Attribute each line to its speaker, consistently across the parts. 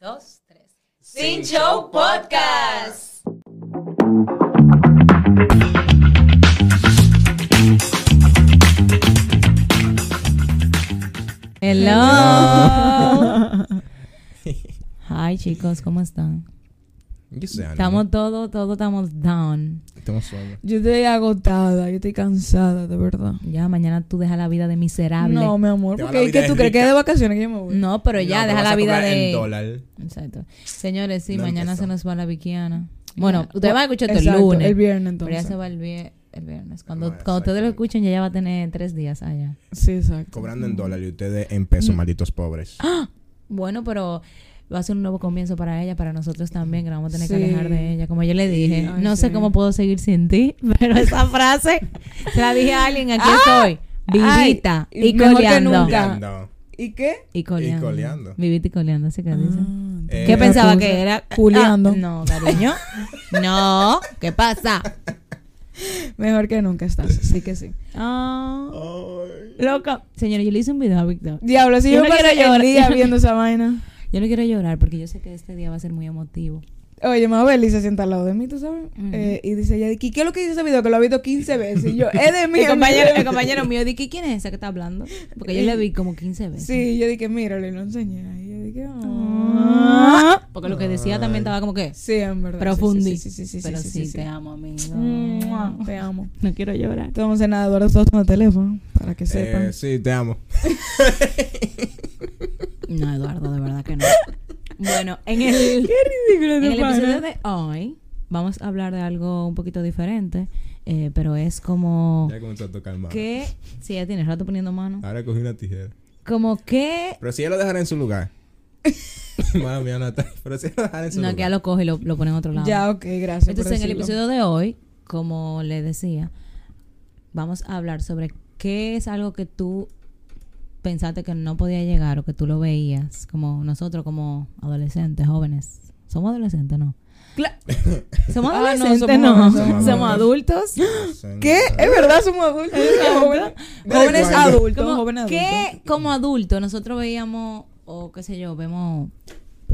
Speaker 1: dos, tres.
Speaker 2: Sin Show Podcast.
Speaker 1: Hello. Hi chicos, ¿cómo están?
Speaker 3: Yo sé, ánimo.
Speaker 1: Estamos todo, todo estamos down.
Speaker 3: Estamos suave.
Speaker 2: Yo estoy agotada, yo estoy cansada, de verdad.
Speaker 1: Ya mañana tú dejas la vida de miserable.
Speaker 2: No, mi amor,
Speaker 3: Te va
Speaker 2: porque
Speaker 3: la
Speaker 2: es que
Speaker 3: vida
Speaker 2: tú
Speaker 3: de
Speaker 2: crees que
Speaker 3: rica.
Speaker 2: es de vacaciones que yo me voy.
Speaker 1: No, pero ya, deja la vida de.
Speaker 3: En dólar.
Speaker 1: Exacto. Señores, sí,
Speaker 3: No
Speaker 1: mañana
Speaker 3: empezó.
Speaker 1: se nos va la viquiana. Bueno,
Speaker 2: Ya.
Speaker 1: ustedes van a escuchar esto el
Speaker 2: Exacto,
Speaker 1: lunes.
Speaker 2: El viernes
Speaker 1: Pero ya se
Speaker 2: entonces.
Speaker 1: va el, vie- el viernes. Cuando,
Speaker 3: No,
Speaker 1: cuando ustedes lo
Speaker 3: Ah, exactamente.
Speaker 1: escuchen, ya, ya va a tener tres días allá.
Speaker 2: Sí, exacto.
Speaker 3: Cobrando en dólar y ustedes en
Speaker 1: Mm.
Speaker 3: pesos, malditos pobres.
Speaker 1: Ah, Bueno, pero va a ser un nuevo comienzo para ella, para nosotros también, que nos vamos a tener
Speaker 2: Sí.
Speaker 1: que alejar de ella. Como yo le dije,
Speaker 2: Ay,
Speaker 1: no sé
Speaker 2: sí.
Speaker 1: cómo puedo seguir sin ti, pero esa frase se la dije a alguien, aquí estoy, vivita
Speaker 2: Ah. Ay,
Speaker 1: y
Speaker 2: mejor que
Speaker 1: coleando.
Speaker 2: nunca.
Speaker 3: Leando.
Speaker 2: ¿Y qué?
Speaker 1: Y coleando.
Speaker 3: Y coleando.
Speaker 1: Vivita y coleando, así
Speaker 2: Ah.
Speaker 1: que dice.
Speaker 3: Eh,
Speaker 1: ¿Qué
Speaker 3: otra
Speaker 1: pensaba que era?
Speaker 2: Juliando.
Speaker 1: Ah, no, cariño. no, ¿qué pasa?
Speaker 2: Mejor que nunca estás, sí que sí.
Speaker 1: Ah,
Speaker 3: Ay.
Speaker 1: loca. Señores, yo le hice un video a Víctor.
Speaker 2: Diablo, si
Speaker 1: Yo
Speaker 2: yo,
Speaker 1: no
Speaker 2: pasé
Speaker 1: quiero llorar.
Speaker 2: el día viendo esa vaina.
Speaker 1: Yo no quiero llorar porque yo sé que este día va a ser muy emotivo.
Speaker 2: Oye, Mabel y se sienta al lado de mí, tú sabes.
Speaker 1: Mm.
Speaker 2: Eh, y dice ella, "¿Y ¿qué es lo que dice ese video? Que lo ha visto 15 veces. Y yo, es de mí.
Speaker 1: Mi
Speaker 2: es
Speaker 1: compañero,
Speaker 2: mío".
Speaker 1: el compañero mío, dije, ¿quién es esa que está hablando? Porque yo le vi como 15 veces.
Speaker 2: Sí, yo dije, míralo, y lo enseñé. Y yo dije, "Ah".
Speaker 1: Ah. Porque lo que decía también estaba como que
Speaker 2: Sí, en verdad. sí,
Speaker 1: profundí.
Speaker 2: Sí, sí, sí, sí.
Speaker 1: Pero sí,
Speaker 2: sí, sí.
Speaker 1: te amo, amigo.
Speaker 2: Mua, Te amo.
Speaker 1: No quiero llorar.
Speaker 2: Entonces, nada, Eduardo está usando el teléfono para que sepan.
Speaker 3: Eh, sí, te amo.
Speaker 1: No, Eduardo, de verdad que no. Bueno, en el,
Speaker 2: ridículo
Speaker 1: en
Speaker 2: tu
Speaker 1: el
Speaker 2: pana.
Speaker 1: episodio de hoy vamos a hablar de algo un poquito diferente, eh, pero es como
Speaker 3: Ya comenzó a tocar mano. Ah.
Speaker 1: que... Sí, ya tienes rato poniendo mano.
Speaker 3: Ahora cogí una tijera.
Speaker 1: Como que...
Speaker 3: Pero si ya lo dejará en su lugar. Mala mía, Natalia. Pero si ya lo dejará en su
Speaker 1: No, que ya
Speaker 3: lugar.
Speaker 1: lo coge y lo, lo pone en otro lado.
Speaker 2: Ya, ok, gracias.
Speaker 1: Entonces, en
Speaker 2: por
Speaker 1: el
Speaker 2: decirlo.
Speaker 1: episodio de hoy, como le decía, vamos a hablar sobre qué es algo que tú pensaste que no podía llegar o que tú lo veías, como nosotros, como adolescentes, jóvenes. Somos adolescentes, ¿no? Somos
Speaker 2: Ah, no,
Speaker 1: adolescentes,
Speaker 2: somos-
Speaker 1: no.
Speaker 2: somos
Speaker 1: Somos adultos.
Speaker 2: ¿Qué? Es verdad, somos adultos. Jóvenes, jóvenes
Speaker 3: Bueno.
Speaker 2: adultos.
Speaker 1: Como,
Speaker 2: jóvenes adultos.
Speaker 1: ¿Qué como adultos nosotros veíamos, o qué sé yo, vemos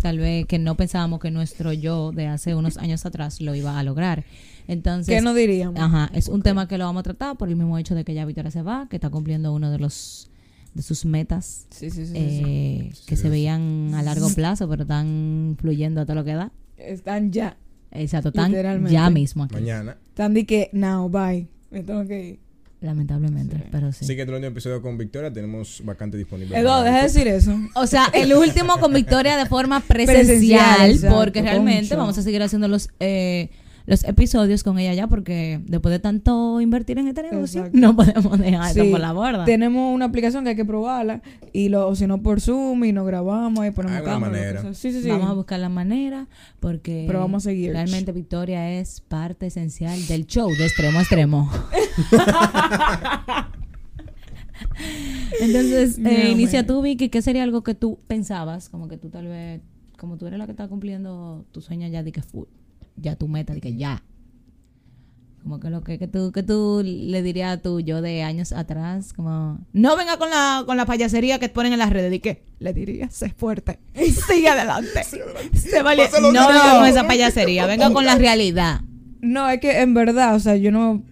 Speaker 1: tal vez que no pensábamos que nuestro yo de hace unos años atrás lo iba a lograr? Entonces,
Speaker 2: ¿Qué no diríamos?
Speaker 1: Ajá, es un tema que lo vamos a tratar por el mismo hecho de que ya Victoria se va, que está cumpliendo uno de los de sus metas
Speaker 2: Sí, sí, sí. sí, sí.
Speaker 1: eh,
Speaker 3: Sí,
Speaker 1: que se
Speaker 3: sí.
Speaker 1: veían a largo plazo, pero están fluyendo a todo lo que da.
Speaker 2: Están ya.
Speaker 1: Exacto, están
Speaker 2: Literalmente.
Speaker 1: ya mismo aquí,
Speaker 3: Mañana.
Speaker 2: Están de que, now, bye. Me tengo que ir.
Speaker 1: lamentablemente, pero sí.
Speaker 3: Así que el último episodio con Victoria tenemos vacante disponible.
Speaker 2: Eduardo,
Speaker 3: para
Speaker 2: deja de
Speaker 3: adultos.
Speaker 2: decir eso.
Speaker 1: O sea, el último con Victoria de forma presencial,
Speaker 2: Presencial, exacto,
Speaker 1: porque realmente
Speaker 2: concho.
Speaker 1: vamos a seguir haciendo los eh, los episodios con ella ya, porque después de tanto invertir en este negocio,
Speaker 2: Exacto.
Speaker 1: no podemos dejar esto
Speaker 2: Sí,
Speaker 1: por la borda.
Speaker 2: Tenemos una aplicación que hay que probarla. Y lo, o si no, por Zoom y nos grabamos y ponemos
Speaker 3: Ah, Alguna
Speaker 2: cámara, lo que
Speaker 3: manera.
Speaker 2: sea. Sí, sí, sí.
Speaker 1: Vamos a buscar la manera porque
Speaker 2: Pero vamos a seguir.
Speaker 1: realmente Victoria es parte esencial del show de extremo a extremo. Entonces, eh,
Speaker 2: No, bueno.
Speaker 1: inicia tú, Vicky, ¿qué sería algo que tú pensabas? Como que tú tal vez, como tú eres la que está cumpliendo tu sueño ya de que fu- ya tu meta, de que ya. Como que lo que, que tú, que tú le dirías a tu yo de años atrás, como, no venga con la, con la payasería que ponen en las redes, ¿y qué? Le diría, sé fuerte, sigue adelante. sé valiente".
Speaker 3: Pásalo
Speaker 1: No
Speaker 3: bien.
Speaker 1: venga con esa payasería, venga con la realidad.
Speaker 2: No, es que en verdad, o sea, yo no.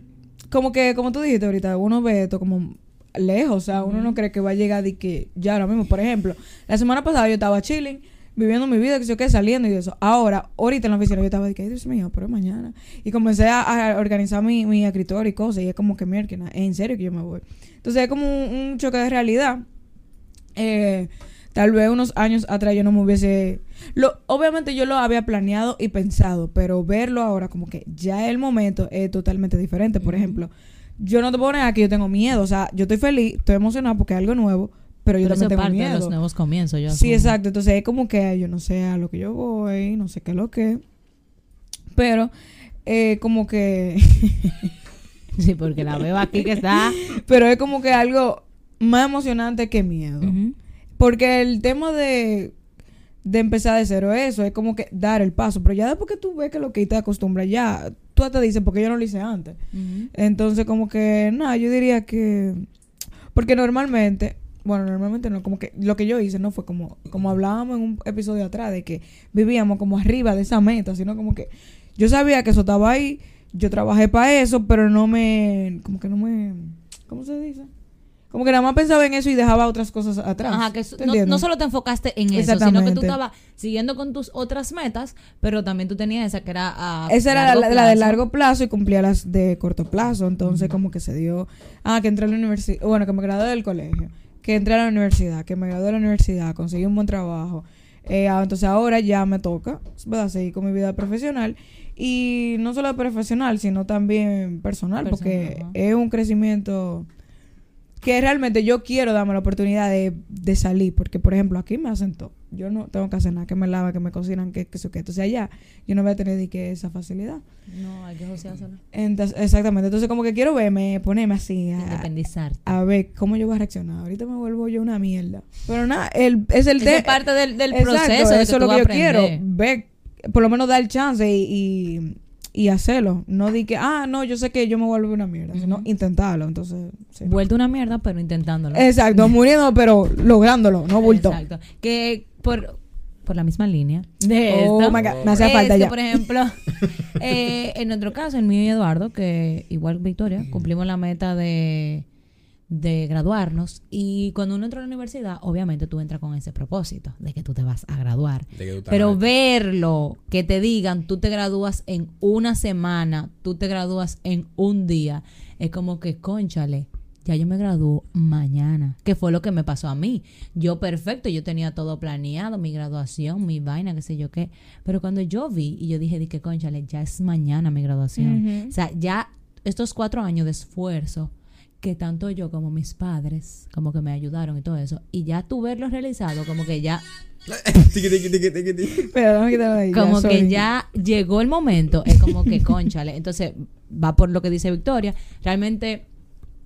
Speaker 2: Como que, como tú dijiste ahorita, uno ve esto como lejos, o sea, uno no cree que va a llegar de que ya ahora mismo. Por ejemplo, la semana pasada yo estaba chilling, viviendo mi vida, que sé yo qué, saliendo y eso. Ahora, ahorita en la oficina yo estaba de que, ay, Dios mío, pero es mañana. Y comencé a, a organizar mi, mi escritorio y cosas, y es como que mierda, es en serio que yo me voy. Entonces es como un, un choque de realidad. Eh, tal vez unos años atrás yo no me hubiese... Lo, obviamente yo lo había planeado y pensado, pero verlo ahora como que ya el momento es totalmente diferente. Por ejemplo, yo no te puedo negar que yo tengo miedo. O sea, yo estoy feliz, estoy emocionado porque es algo nuevo, pero yo
Speaker 1: Pero eso es
Speaker 2: también tengo
Speaker 1: parte de
Speaker 2: miedo.
Speaker 1: los nuevos comienzos, yo asumo.
Speaker 2: Sí, exacto. Entonces es como que yo no sé a lo que yo voy, no sé qué es lo que. Pero eh, como que...
Speaker 1: Sí, porque la veo aquí que está...
Speaker 2: pero es como que algo más emocionante que miedo.
Speaker 1: Ujú.
Speaker 2: Porque el tema de, de empezar de cero, eso es como que dar el paso. Pero ya después que tú ves que lo que te acostumbras, ya tú hasta dices, porque yo no lo hice antes.
Speaker 1: Ujú.
Speaker 2: Entonces, como que, nada, yo diría que. Porque normalmente Bueno, normalmente no, como que lo que yo hice no fue como, como hablábamos en un episodio atrás, de que vivíamos como arriba de esa meta, sino como que yo sabía que eso estaba ahí, yo trabajé para eso, pero no me, como que no me, ¿cómo se dice? Como que nada más pensaba en eso y dejaba otras cosas atrás.
Speaker 1: Ajá, que eso-
Speaker 2: ¿te
Speaker 1: no,
Speaker 2: entiendes?
Speaker 1: no solo te enfocaste en eso, sino que tú
Speaker 2: Exactamente.
Speaker 1: estabas siguiendo con tus otras metas, pero también tú tenías esa que era a
Speaker 2: Esa era la,
Speaker 1: largo
Speaker 2: la- la de
Speaker 1: plazo.
Speaker 2: largo plazo y cumplía las de corto plazo. Entonces, como que se dio. Ah, que entré a la universidad. Bueno, que me gradué del colegio. Que entré a la universidad. Que me gradué de la universidad. Conseguí un buen trabajo. Eh, ah, entonces, ahora ya me toca, ¿verdad? Seguir con mi vida profesional. Y no solo profesional, sino también personal. porque
Speaker 1: Personal, ajá.
Speaker 2: es un crecimiento que realmente yo quiero darme la oportunidad de, de salir, porque por ejemplo aquí me hacen todo. Yo no tengo que hacer nada, que me lavan, que me cocinan, que, que eso, que esto. O sea, allá yo no voy a tener ni que esa facilidad.
Speaker 1: No, hay que joseársela.
Speaker 2: Entonces, exactamente. Entonces, como que quiero verme, ponerme así, a,
Speaker 1: Independizarte.
Speaker 2: a ver cómo yo voy a reaccionar. Ahorita me vuelvo yo una mierda. Pero nada, el, es el
Speaker 1: Esa
Speaker 2: de-
Speaker 1: es parte del, del
Speaker 2: Exacto,
Speaker 1: proceso. de que
Speaker 2: eso es
Speaker 1: tú
Speaker 2: lo que
Speaker 1: vas
Speaker 2: yo
Speaker 1: a aprender.
Speaker 2: quiero. Ver, por lo menos dar el chance y, y, y hacerlo. No di que, ah, no, yo sé que yo me vuelvo una mierda, sino intentarlo. Entonces, sí.
Speaker 1: Vuelta una mierda, pero intentándolo.
Speaker 2: Exacto, muriendo, pero lográndolo, no bulto.
Speaker 1: Exacto. Que por, por la misma línea de
Speaker 2: Oh
Speaker 1: esta,
Speaker 2: my God, me hacía
Speaker 1: es
Speaker 2: falta
Speaker 1: que,
Speaker 2: ya.
Speaker 1: por ejemplo, eh, en nuestro caso, el mío y Eduardo, que igual Victoria, cumplimos la meta de, de graduarnos. Y cuando uno entra a la universidad, obviamente tú entras con ese propósito de que tú te vas a graduar.
Speaker 3: De que tú estás
Speaker 1: Pero
Speaker 3: mal.
Speaker 1: verlo, que te digan, tú te gradúas en una semana, tú te gradúas en un día, es como que, conchale, ya yo me gradúo mañana, que fue lo que me pasó a mí. Yo perfecto, yo tenía todo planeado, mi graduación, mi vaina, qué sé yo qué. Pero cuando yo vi y yo dije, di que, conchale, ya es mañana mi graduación. O sea, ya estos cuatro años de esfuerzo que tanto yo como mis padres como que me ayudaron y todo eso y ya tú verlo realizado como que ya
Speaker 3: Tiqui, tiqui, tiqui, tiqui, tiqui.
Speaker 2: Pero déjame quitarlo de ahí.
Speaker 1: como que
Speaker 2: sorry.
Speaker 1: ya llegó el momento, es como que conchale. Entonces, va por lo que dice Victoria. Realmente,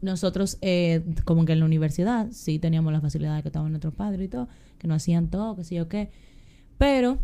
Speaker 1: nosotros, eh, como que en la universidad, sí teníamos la facilidad de que estaban nuestros padres y todo, que nos hacían todo, que sé yo qué. Pero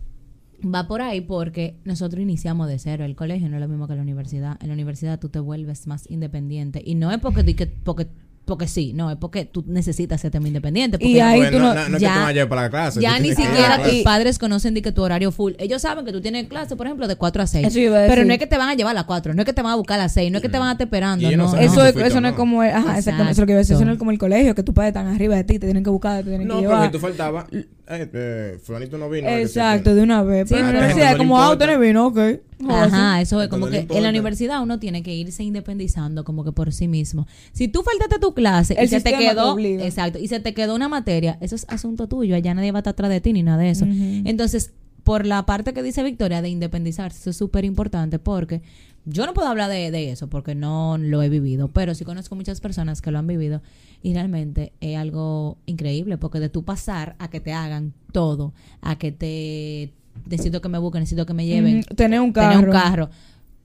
Speaker 1: va por ahí porque nosotros iniciamos de cero. El colegio no es lo mismo que la universidad. En la universidad tú te vuelves más independiente. Y no es porque, di que- porque, porque sí, no, es porque tú necesitas ser tema independiente.
Speaker 2: Y
Speaker 1: porque-
Speaker 2: ahí
Speaker 3: Bueno,
Speaker 2: tú
Speaker 3: no,
Speaker 2: no-
Speaker 3: no- no es que
Speaker 1: ya-
Speaker 3: te vayas para la clase.
Speaker 1: ya
Speaker 3: tú
Speaker 1: ni
Speaker 3: tienes que ir a la
Speaker 1: siquiera
Speaker 3: clase.
Speaker 1: tus padres conocen de que tu horario full. Ellos saben que tú tienes clase, por ejemplo, de 4 a 6.
Speaker 2: Eso iba a
Speaker 1: Pero
Speaker 2: decir.
Speaker 1: no es que te van a llevar a las 4, no es que te van a buscar a las 6, no es que te van a estar
Speaker 3: Mm. Y
Speaker 1: esperando.
Speaker 3: ellos no
Speaker 1: No,
Speaker 3: saben
Speaker 2: Eso,
Speaker 3: si
Speaker 2: es-
Speaker 3: fuiste
Speaker 2: eso
Speaker 3: o
Speaker 2: no es
Speaker 3: no.
Speaker 2: como. el- Ajá, exactamente. Eso es lo que iba a decir. Eso no es como el colegio, que tus padres están arriba de ti, te tienen que buscar, te tienen
Speaker 3: No,
Speaker 2: que
Speaker 3: pero
Speaker 2: llevar.
Speaker 3: si tú faltabas, eh, eh, fulanito no vino.
Speaker 2: Exacto, de una vez.
Speaker 1: Sí, pero-
Speaker 2: pero en la universidad,
Speaker 3: Cuando
Speaker 2: es
Speaker 3: le
Speaker 2: como, ah,
Speaker 3: importa.
Speaker 2: usted no vino, ok. Joder,
Speaker 1: Ajá,
Speaker 2: sí.
Speaker 1: eso es
Speaker 3: Cuando
Speaker 1: como
Speaker 3: no
Speaker 1: que en
Speaker 3: importa.
Speaker 1: la universidad uno tiene que irse independizando como que por sí mismo. Si tú faltaste a tu clase
Speaker 2: El
Speaker 1: y se te
Speaker 2: sistema te
Speaker 1: quedó,
Speaker 2: obliga.
Speaker 1: exacto, y se te quedó una materia, eso es asunto tuyo, allá nadie va a estar atrás de ti ni nada de eso.
Speaker 2: Ujú.
Speaker 1: Entonces, por la parte que dice Victoria de independizarse, eso es súper importante porque yo no puedo hablar de, de eso porque no lo he vivido, pero sí conozco muchas personas que lo han vivido y realmente es algo increíble porque de tú pasar a que te hagan todo, a que te necesito que me busquen, necesito que me lleven,
Speaker 2: Ujú, Mm, Tener un carro.
Speaker 1: tener un carro.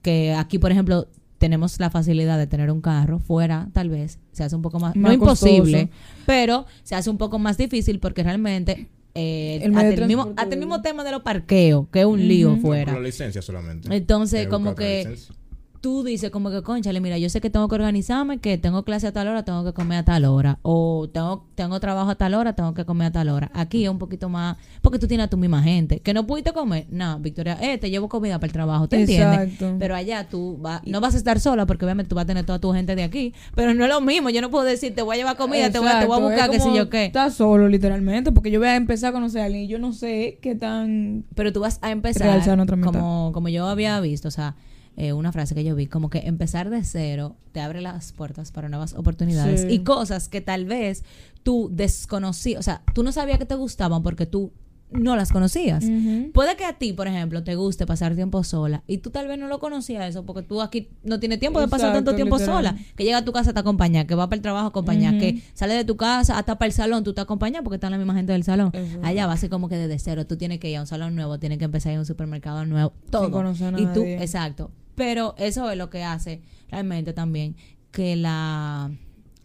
Speaker 1: Que aquí, por ejemplo, tenemos la facilidad de tener un carro fuera, tal vez, se hace un poco más,
Speaker 2: Más
Speaker 1: no imposible,
Speaker 2: costoso.
Speaker 1: pero se hace un poco más difícil porque realmente eh,
Speaker 2: El
Speaker 1: hasta,
Speaker 2: medio de
Speaker 1: el mismo,
Speaker 2: transporte
Speaker 1: hasta el
Speaker 2: de-
Speaker 1: mismo tema de los parqueos, que es un lío fuera.
Speaker 3: Con la licencia solamente.
Speaker 1: Entonces,
Speaker 3: Tienes que
Speaker 1: como
Speaker 3: buscar
Speaker 1: que-
Speaker 3: otra licencia.
Speaker 1: Tú dices como que, conchale, mira, yo sé que tengo que organizarme, que tengo clase a tal hora, tengo que comer a tal hora, o tengo, tengo trabajo a tal hora, tengo que comer a tal hora. Aquí es un poquito más, porque tú tienes a tu misma gente, que no pudiste comer, no, Victoria, eh, te llevo comida para el trabajo, ¿te entiendes?
Speaker 2: Exacto.
Speaker 1: Pero allá tú va- no vas a estar sola porque obviamente tú vas a tener toda tu gente de aquí. Pero no es lo mismo. Yo no puedo decir, te voy a llevar comida, te voy, a- te voy a
Speaker 2: Exacto,
Speaker 1: buscar,
Speaker 2: es
Speaker 1: qué sé
Speaker 2: como
Speaker 1: yo qué.
Speaker 2: Estás solo, literalmente, porque yo voy a empezar a conocer a alguien y yo no sé qué tan.
Speaker 1: Pero tú vas a empezar,
Speaker 2: Realzar nuestra mitad.
Speaker 1: como, como yo había visto, o sea, eh, una frase que yo vi, como que empezar de cero te abre las puertas para nuevas oportunidades
Speaker 2: Sí.
Speaker 1: y cosas que tal vez tú desconocías, o sea, tú no sabías que te gustaban porque tú no las conocías.
Speaker 2: Ujú.
Speaker 1: Puede que a ti, por ejemplo, te guste pasar tiempo sola y tú tal vez no lo conocías eso porque tú aquí no tienes tiempo de pasar
Speaker 2: Exacto,
Speaker 1: tanto tiempo
Speaker 2: literal.
Speaker 1: sola. Que llega a tu casa te acompaña, que va para el trabajo acompaña,
Speaker 2: Ujú.
Speaker 1: que sale de tu casa hasta para el salón, tú te acompañas porque están la misma gente del salón.
Speaker 2: Exacto.
Speaker 1: Allá va a ser como que desde cero, tú tienes que ir a un salón nuevo, tienes que empezar a ir a un supermercado nuevo, todo.
Speaker 2: conocer a
Speaker 1: y tú,
Speaker 2: nadie.
Speaker 1: exacto. Pero eso es lo que hace realmente también que la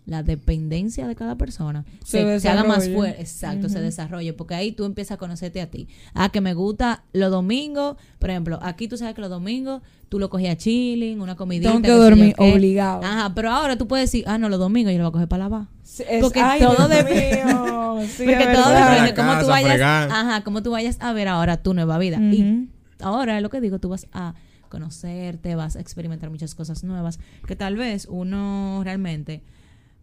Speaker 1: la dependencia de cada persona
Speaker 2: Se
Speaker 1: se, se haga más
Speaker 2: desarrolle.
Speaker 1: fuerte, exacto, se desarrolle, porque ahí tú empiezas a conocerte a ti. Ah, que me gusta los domingos, por ejemplo, aquí tú sabes que los domingos tú lo cogías chilling, una comidita.
Speaker 2: Tengo que
Speaker 1: qué sé yo
Speaker 2: dormir
Speaker 1: qué.
Speaker 2: obligado.
Speaker 1: Ajá, pero ahora tú puedes decir, ah, no, los domingos yo lo voy a coger para lavar.
Speaker 2: Sí, Pues, es-
Speaker 1: Porque
Speaker 2: ay,
Speaker 1: todo
Speaker 2: Dios
Speaker 1: depende-
Speaker 2: mío, sí,
Speaker 1: Porque
Speaker 2: es
Speaker 1: todo
Speaker 2: verdad.
Speaker 1: depende
Speaker 3: La
Speaker 1: cómo tú
Speaker 3: casa,
Speaker 1: vayas,
Speaker 3: fregar.
Speaker 1: ajá, cómo tú vayas a ver ahora tu nueva vida.
Speaker 2: Ujú.
Speaker 1: Y ahora lo que digo, tú vas a conocerte, vas a experimentar muchas cosas nuevas, que tal vez uno realmente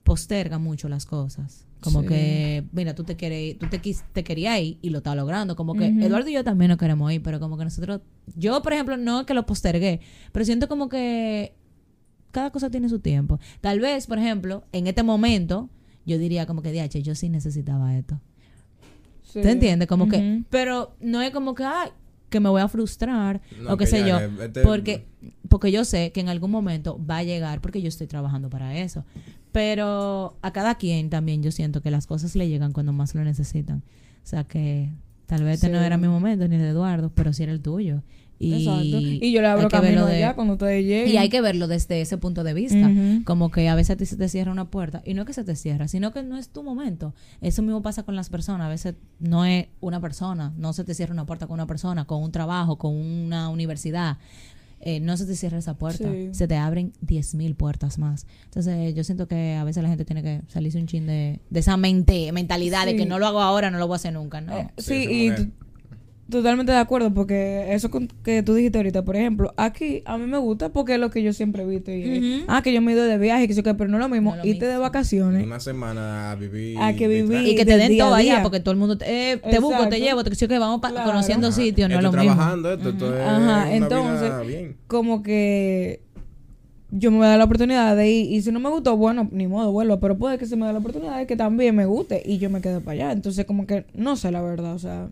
Speaker 1: posterga mucho las cosas. Como
Speaker 2: Sí.
Speaker 1: que, mira, tú te quieres, ir- tú te, quis- te querías ir y lo estás logrando. Como que Eduardo y yo también no queremos ir, pero como que nosotros, yo por ejemplo, no que lo postergué, pero siento como que cada cosa tiene su tiempo. Tal vez, por ejemplo, en este momento, yo diría como que, DH, yo sí necesitaba esto.
Speaker 2: Sí.
Speaker 1: ¿Te entiendes? Como que,
Speaker 2: Ujú.
Speaker 1: pero no es como que, ay, que me voy a frustrar
Speaker 3: No,
Speaker 1: o qué
Speaker 3: que
Speaker 1: sé
Speaker 3: ya,
Speaker 1: yo.
Speaker 3: que este-
Speaker 1: porque, porque yo sé que en algún momento va a llegar, porque yo estoy trabajando para eso. Pero a cada quien también yo siento que las cosas le llegan cuando más lo necesitan. O sea que tal vez este
Speaker 2: Sí.
Speaker 1: no era mi momento ni el de Eduardo, pero sí era el tuyo. Y,
Speaker 2: Exacto. Y yo le
Speaker 1: hay
Speaker 2: abro
Speaker 1: que verlo
Speaker 2: camino
Speaker 1: de-
Speaker 2: allá cuando ustedes lleguen.
Speaker 1: y hay que verlo desde ese punto de vista.
Speaker 2: Ujú.
Speaker 1: Como que a veces a ti se te cierra una puerta. Y no es que se te cierra, sino que no es tu momento. Eso mismo pasa con las personas. A veces no es una persona. No se te cierra una puerta con una persona, con un trabajo, con una universidad. Eh, no se te cierra esa puerta.
Speaker 2: Sí.
Speaker 1: Se te abren 10.000 puertas más. Entonces yo siento que a veces la gente tiene que salirse un chin de, de esa mente, mentalidad de
Speaker 2: Sí.
Speaker 1: que no lo hago ahora, no lo voy a hacer nunca. No.
Speaker 2: Eh,
Speaker 3: Sí,
Speaker 2: sí,
Speaker 3: como
Speaker 2: y
Speaker 3: que-
Speaker 2: t- totalmente de acuerdo, porque eso con- que tú dijiste ahorita, por ejemplo, aquí a mí me gusta porque es lo que yo siempre he visto. Y, eh, Ah, que yo me he ido de viaje, que, sé qué, pero no es lo mismo
Speaker 1: No es lo
Speaker 2: irte de vacaciones.
Speaker 3: Una semana a vivir.
Speaker 2: A que
Speaker 3: detrás.
Speaker 2: vivir.
Speaker 1: y que te
Speaker 2: del
Speaker 1: den
Speaker 2: día a
Speaker 1: todo allá,
Speaker 2: día.
Speaker 1: porque todo el mundo te, eh, te busco,
Speaker 2: Exacto.
Speaker 1: te llevo, te que vamos pa-
Speaker 2: Claro.
Speaker 1: conociendo
Speaker 3: Ajá.
Speaker 1: sitios, no es lo
Speaker 3: Estoy
Speaker 1: mismo.
Speaker 3: trabajando esto, esto es una
Speaker 2: Ajá,
Speaker 3: vida
Speaker 2: entonces,
Speaker 3: bien.
Speaker 2: como que yo me voy a dar la oportunidad de ir. Y si no me gustó, bueno, ni modo, vuelvo. Pero puede que se me dé la oportunidad de que también me guste y yo me quede para allá. Entonces, como que no sé la verdad, o sea,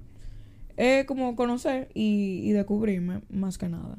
Speaker 2: es como conocer y, y descubrirme más que nada.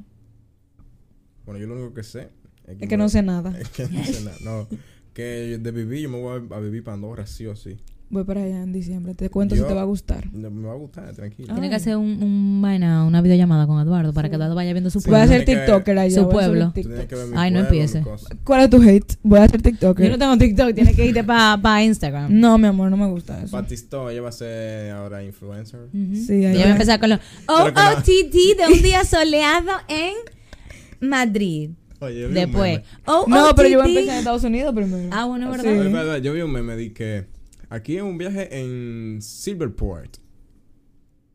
Speaker 3: Bueno, yo lo único que sé
Speaker 2: Es que no
Speaker 3: me-
Speaker 2: sé nada.
Speaker 3: Es que no sé nada. No, que de vivir yo me voy a, a vivir para Andorra sí o sí.
Speaker 2: Voy para allá en diciembre. Te cuento
Speaker 3: Yo-
Speaker 2: si te va a gustar.
Speaker 3: No, Me va a gustar, tranquilo.
Speaker 1: Tiene
Speaker 2: Ay.
Speaker 1: que hacer un, un vaina, una videollamada con Eduardo para que Eduardo vaya viendo su
Speaker 3: Sí.
Speaker 2: Voy a
Speaker 1: pueblo.
Speaker 2: ser
Speaker 3: Tiene que-
Speaker 2: TikToker allá.
Speaker 1: Su
Speaker 2: voy a subir
Speaker 1: pueblo.
Speaker 3: Tú tienes que
Speaker 2: TikToks.
Speaker 3: ver mi
Speaker 1: Ay, no
Speaker 3: pueblo, mi
Speaker 1: empiece.
Speaker 3: cosa.
Speaker 2: ¿Cuál es tu hate? Voy a ser
Speaker 1: Yo
Speaker 2: TikToker.
Speaker 1: no tengo TikTok, tienes que irte para Instagram.
Speaker 2: No, mi amor, no me gusta eso. Mm.
Speaker 3: Patistón, ella va a ser ahora influencer.
Speaker 1: Ujú.
Speaker 2: Sí,
Speaker 1: Yo
Speaker 2: ahí
Speaker 1: voy
Speaker 2: va.
Speaker 1: a empezar con los
Speaker 3: Pero que no.
Speaker 1: OOTD de un día soleado en Madrid.
Speaker 3: Oye, yo vi un
Speaker 1: Después,
Speaker 3: meme.
Speaker 1: OOTD.
Speaker 2: No, pero yo voy a empezar en Estados Unidos primero.
Speaker 1: Oh, Ah, bueno,
Speaker 2: Sí.
Speaker 1: ¿verdad?
Speaker 3: Es verdad, yo vi un meme de que aquí es un viaje en Silverport.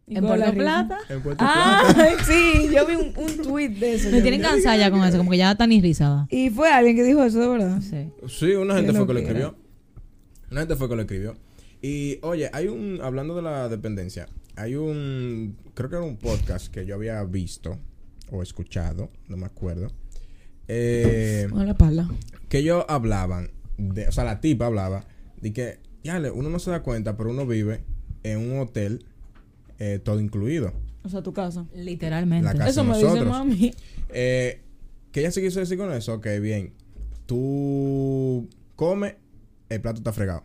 Speaker 2: Y
Speaker 1: En
Speaker 2: con la
Speaker 1: Puerto
Speaker 2: risa.
Speaker 1: Plata.
Speaker 3: En Puerto
Speaker 2: Ah, sí, yo vi un, un tweet de eso.
Speaker 1: Me
Speaker 2: yo
Speaker 1: tienen
Speaker 2: vi.
Speaker 1: cansada ya con eso, como que ya están irrisadas.
Speaker 2: Y fue alguien que dijo eso, de verdad.
Speaker 1: Sí.
Speaker 3: Plata. Sí, una
Speaker 2: Qué
Speaker 3: gente fue que lo
Speaker 2: loquera.
Speaker 3: escribió. Una gente fue que lo escribió. Y oye, hay un, hablando de la dependencia, hay un, creo que era un podcast que yo había visto o escuchado, no me acuerdo, eh,
Speaker 2: Con la pala.
Speaker 3: que ellos hablaban, de, o sea, la tipa hablaba, de que, ya, uno no se da cuenta, pero uno vive en un hotel eh, todo incluido.
Speaker 2: O sea, tu casa.
Speaker 1: Literalmente.
Speaker 3: La casa.
Speaker 2: Eso me dice
Speaker 3: nosotros.
Speaker 2: mami.
Speaker 3: Eh, ¿Qué ella se quiso decir con eso? Ok, bien. Tú comes, el plato está fregado.